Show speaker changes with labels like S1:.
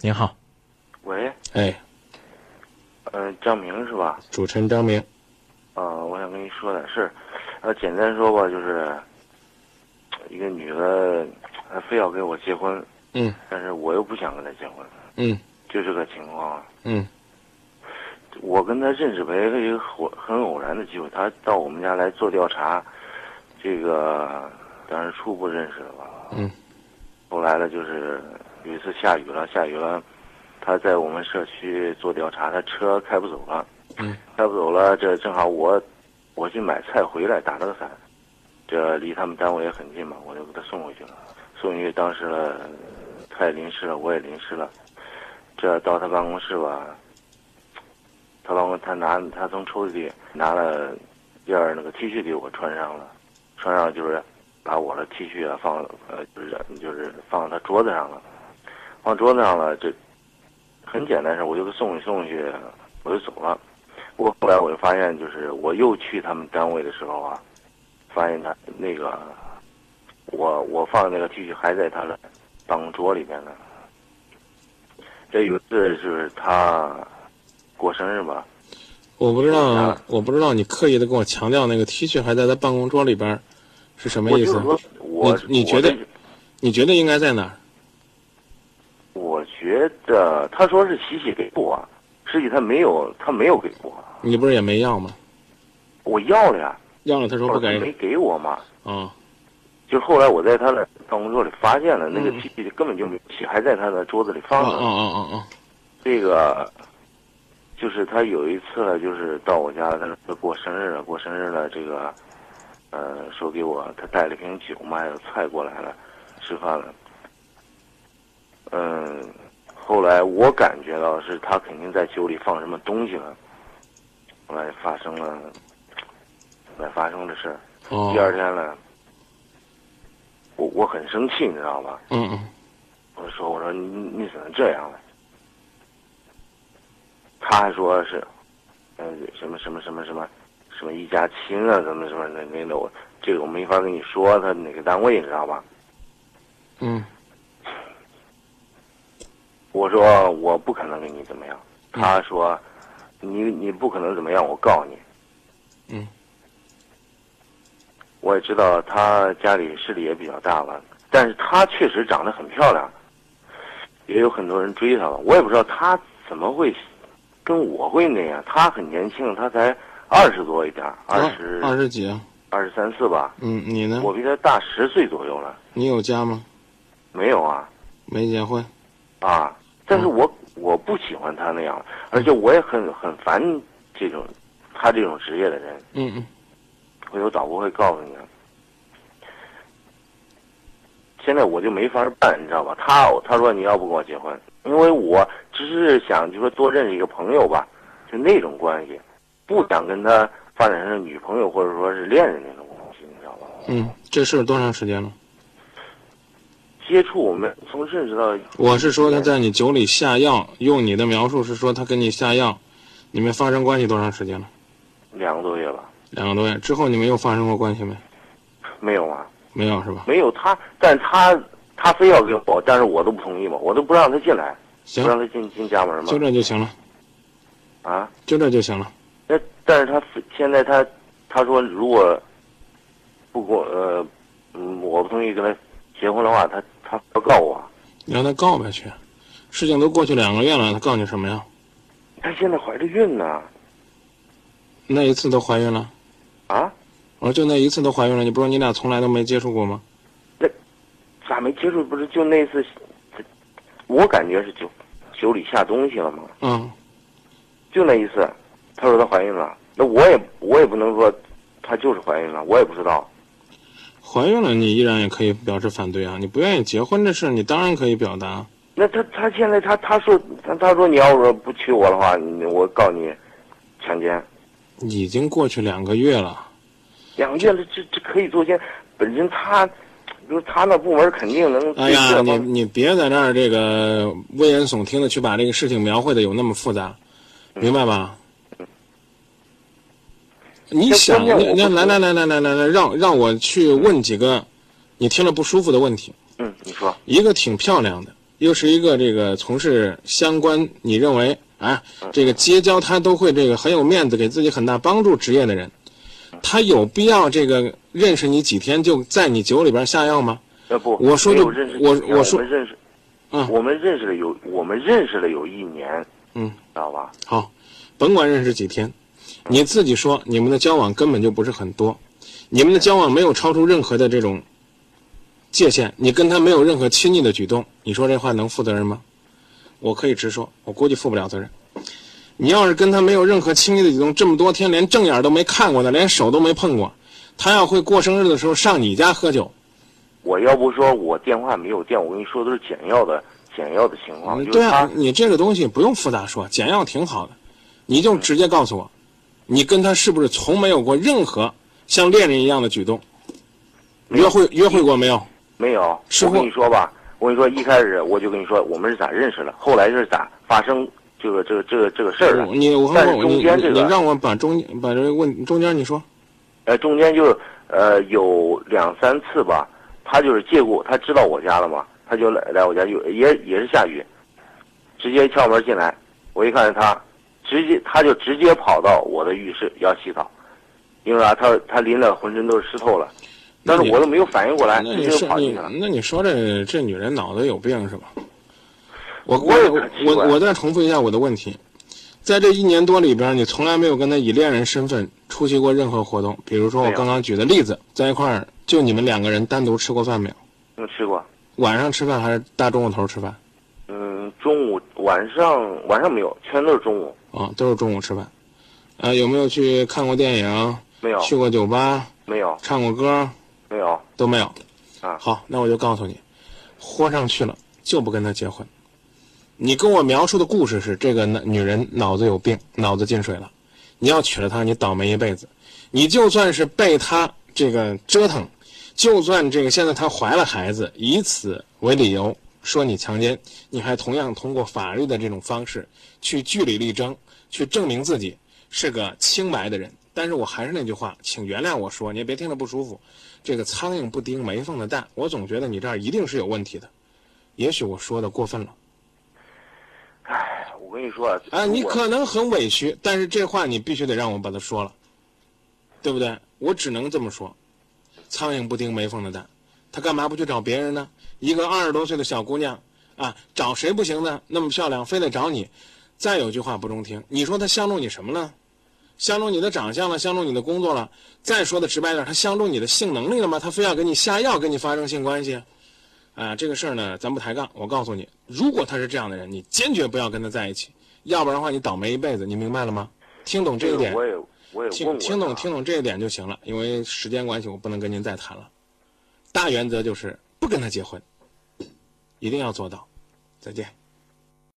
S1: 您好，
S2: 喂，
S1: 哎，
S2: 呃，张明是吧？
S1: 主持人张明，
S2: 呃，我想跟你说点事儿，呃，简单说吧，就是一个女的，她非要跟我结婚，
S1: 嗯
S2: 但是我又不想跟她结婚，
S1: 嗯
S2: 就这个情况。啊
S1: 嗯
S2: 我跟她认识为一个很很偶然的机会，她到我们家来做调查，这个当时初步认识的吧。
S1: 嗯。
S2: 后来呢，就是有一次下雨了，下雨了，她在我们社区做调查，她车开不走了。
S1: 嗯。
S2: 开不走了，这正好我我去买菜回来打了个伞，这离他们单位也很近嘛，我就给她送回去了。送回去当时呢，她也淋湿了，我也淋湿了。这到她办公室吧，他老公他拿他从抽屉里拿了件儿那个 T 恤给我穿上了，穿上就是把我的 T 恤啊放呃就是就是放他桌子上了，放桌子上了这很简单事儿我就给送去送去我就走了。不过后来我就发现就是我又去他们单位的时候啊，发现他那个我我放的那个 T 恤还在他的办公桌里面呢。这有一次就是他过生日嘛，
S1: 我不知道
S2: 啊，
S1: 我不知道你刻意的跟我强调那个 T 恤还在他办公桌里边儿，是什么
S2: 我
S1: 意
S2: 就是
S1: 思？
S2: 说，我
S1: 你你觉得你觉得应该在哪儿？
S2: 我觉得他说是喜喜给我，实际他没有，他没有给我，
S1: 你不是也没要吗？
S2: 我要了呀，
S1: 要了他说
S2: 后
S1: 不
S2: 来
S1: 给
S2: 他没给我嘛。
S1: 啊，
S2: 就是后来我在他的办公桌里发现了那个
S1: 嗯
S2: T 恤根本就没洗，还在他的桌子里
S1: 啊
S2: 放
S1: 啊
S2: 着。
S1: 啊啊啊！
S2: 这个就是他有一次呢，就是到我家，他他过生日了，过生日了，这个呃，说给我他带了瓶酒嘛，还有菜过来了，吃饭了。嗯，后来我感觉到是他肯定在酒里放什么东西了，后来发生了，后来发生的事儿。
S1: 哦
S2: 第，二天呢，我我很生气，你知道吧？
S1: 嗯嗯
S2: 我说我说你你怎么这样了？他还说是，呃什么什么什么什么什么一家亲啊，怎么什么那那那我这个我没法跟你说他哪个单位你知道吧？
S1: 嗯
S2: 我说我不可能跟你怎么样。
S1: 嗯
S2: 他说，你你不可能怎么样，我告你。
S1: 嗯。
S2: 我也知道他家里势力也比较大吧，但是她确实长得很漂亮，也有很多人追她吧。我也不知道她怎么会跟我会那样。她很年轻，她才二十多一点儿，二十
S1: 二十几啊？
S2: 二十三四吧，
S1: 嗯，你呢？
S2: 我比她大十岁左右了。
S1: 你有家吗？
S2: 没有啊
S1: 没结婚？
S2: 啊！但是我我不喜欢她那样，而且我也很很烦这种她这种职业的人。
S1: 嗯嗯
S2: 回头导播会告诉你啊的。现在我就没法办，你知道吧？他他说你要不跟我结婚，因为我只是想就说多认识一个朋友吧，就那种关系，不想跟他发展成女朋友或者说是恋人那种关系，你知道吧？
S1: 嗯，这事儿多长时间了？
S2: 接触我们从认识到
S1: 我是说他在你酒里下药，用你的描述是说他跟你下药，你们发生关系多长时间了？
S2: 两个多月吧，
S1: 两个多月之后，你们又发生过关系没？
S2: 没有啊，
S1: 没有是吧？
S2: 没有他，但他他非要跟我，但是我都不同意嘛，我都不让他进来，
S1: 行
S2: 不，让他进进家门嘛
S1: 就，这就行了，
S2: 啊。
S1: 就这就行了。
S2: 那但是他非现在他他说如果不跟我呃嗯我不同意跟他结婚的话，他他要告我。
S1: 你让他告呗去，事情都过去两个月了，他告你什么呀？
S2: 他现在怀着孕呢
S1: 那一次都怀孕了，
S2: 啊，
S1: 我说就那一次都怀孕了，你不是说你俩从来都没接触过吗？
S2: 咋没接触？不是就那次，这我感觉是酒酒里下东西了吗？
S1: 嗯，
S2: 就那一次，他说他怀孕了，那我也我也不能说她就是怀孕了，我也不知道。
S1: 怀孕了你依然也可以表示反对啊，你不愿意结婚这事儿你当然可以表达。
S2: 那他他现在他他说他他说你要是不娶我的话，你我告你强奸。
S1: 已经过去两个月了，
S2: 两个月了，这这可以做些。本身他，就是他那部门肯定能。
S1: 哎呀，
S2: 这
S1: 你你别在那儿这个危言耸听的去把这个事情描绘的有那么复杂，明白吧？你
S2: 这
S1: 想，
S2: 关键
S1: 那那
S2: 我不
S1: 来来来来来来来，让让我去问几个你听了不舒服的问题。
S2: 嗯，你说，
S1: 一个挺漂亮的，又是一个这个从事相关，你认为啊，这个结交他都会这个很有面子，给自己很大帮助职业的人，他有必要这个认识你几天就在你酒里边下药吗？
S2: 呃不，
S1: 我说
S2: 没
S1: 的
S2: 有认识
S1: 我
S2: 几天
S1: 我说
S2: 们认识，
S1: 嗯
S2: 我们认识了有我们认识了有一年，
S1: 嗯，
S2: 知道吧？
S1: 好，甭管认识几天，你自己说你们的交往根本就不是很多，你们的交往没有超出任何的这种界限，你跟他没有任何亲昵的举动，你说这话能负责任吗？我可以直说，我估计负不了责任。你要是跟他没有任何亲昵的举动，这么多天连正眼都没看过呢，连手都没碰过，他要会过生日的时候上你家喝酒，
S2: 我要不说我电话没有电，我跟你说都是简要的简要的情况，
S1: 嗯，
S2: 就
S1: 对
S2: 是他
S1: 啊，你这个东西不用复杂说，简要挺好的，你
S2: 嗯
S1: 就直接告诉我，你跟他是不是从没有过任何像恋人一样的举动？
S2: 没有
S1: 约会约会过没有？
S2: 没有。
S1: 是
S2: 我跟
S1: 我
S2: 你说吧，我跟你说一开始我就跟你说我们是咋认识的，后来是咋发生这个这个这个这个事儿啊的。
S1: 你我还
S2: 但是
S1: 问我
S2: 中
S1: 你
S2: 间这
S1: 你
S2: 个
S1: 你让我把中把这个问中间你说
S2: 呃，中间就是呃有两三次吧，他就是借故他知道我家了嘛，他就来来我家就也也是下雨，直接敲门进来，我一看是他，直接他就直接跑到我的浴室要洗澡，因为啥、啊他他淋了浑身都是湿透了，
S1: 那
S2: 但是
S1: 你
S2: 我都没有反应过来，
S1: 那
S2: 直
S1: 你
S2: 接哎就
S1: 说
S2: 跑
S1: 你
S2: 进去了。
S1: 那你说这这女人脑子有病是吧？我
S2: 我也
S1: 我
S2: 很奇
S1: 我
S2: 怪
S1: 我再重复一下我的问题，在这一年多里边，你从来没有跟他以恋人身份出席过任何活动，比如说我
S2: 没有
S1: 刚刚举的例子，在一块儿就你们两个人单独吃过饭没有？
S2: 没吃过，
S1: 晚上吃饭还是大中午头吃饭？
S2: 嗯，中午晚上晚上没有，全都是中午，
S1: 啊、都是中午吃饭。呃，有没有去看过电影？
S2: 没有
S1: 去过酒吧？
S2: 没有
S1: 唱过歌？
S2: 没有，
S1: 都没有。
S2: 啊
S1: 好，那我就告诉你，豁上去了就不跟他结婚。你跟我描述的故事是这个男女人脑子有病，脑子进水了。你要娶了她，你倒霉一辈子。你就算是被她这个折腾，就算这个现在她怀了孩子，以此为理由说你强奸，你还同样通过法律的这种方式去据理力争，去证明自己是个清白的人。但是我还是那句话，请原谅我说，你也别听着不舒服。这个苍蝇不叮没缝的蛋，我总觉得你这儿一定是有问题的。也许我说的过分了，
S2: 唉，我跟你说啊，
S1: 啊，你
S2: 我
S1: 可能很委屈，但是这话你必须得让我把它说了，对不对？我只能这么说，苍蝇不叮没缝的蛋，他干嘛不去找别人呢？一个二十多岁的小姑娘啊，找谁不行呢？那么漂亮，非得找你。再有句话不中听，你说她相中你什么了？相中你的长相了，相中你的工作了。再说的直白点，她相中你的性能力了吗？她非要给你下药，跟你发生性关系？啊，这个事儿呢，咱不抬杠。我告诉你，如果他是这样的人，你坚决不要跟他在一起，要不然的话，你倒霉一辈子。你明白了吗？听懂这
S2: 这
S1: 一
S2: 个
S1: 点，
S2: 我也我也问
S1: 听
S2: 过
S1: 听懂
S2: 他
S1: 听懂这一点就行了，因为时间关系，我不能跟您再谈了。大原则就是不跟他结婚，一定要做到。再见。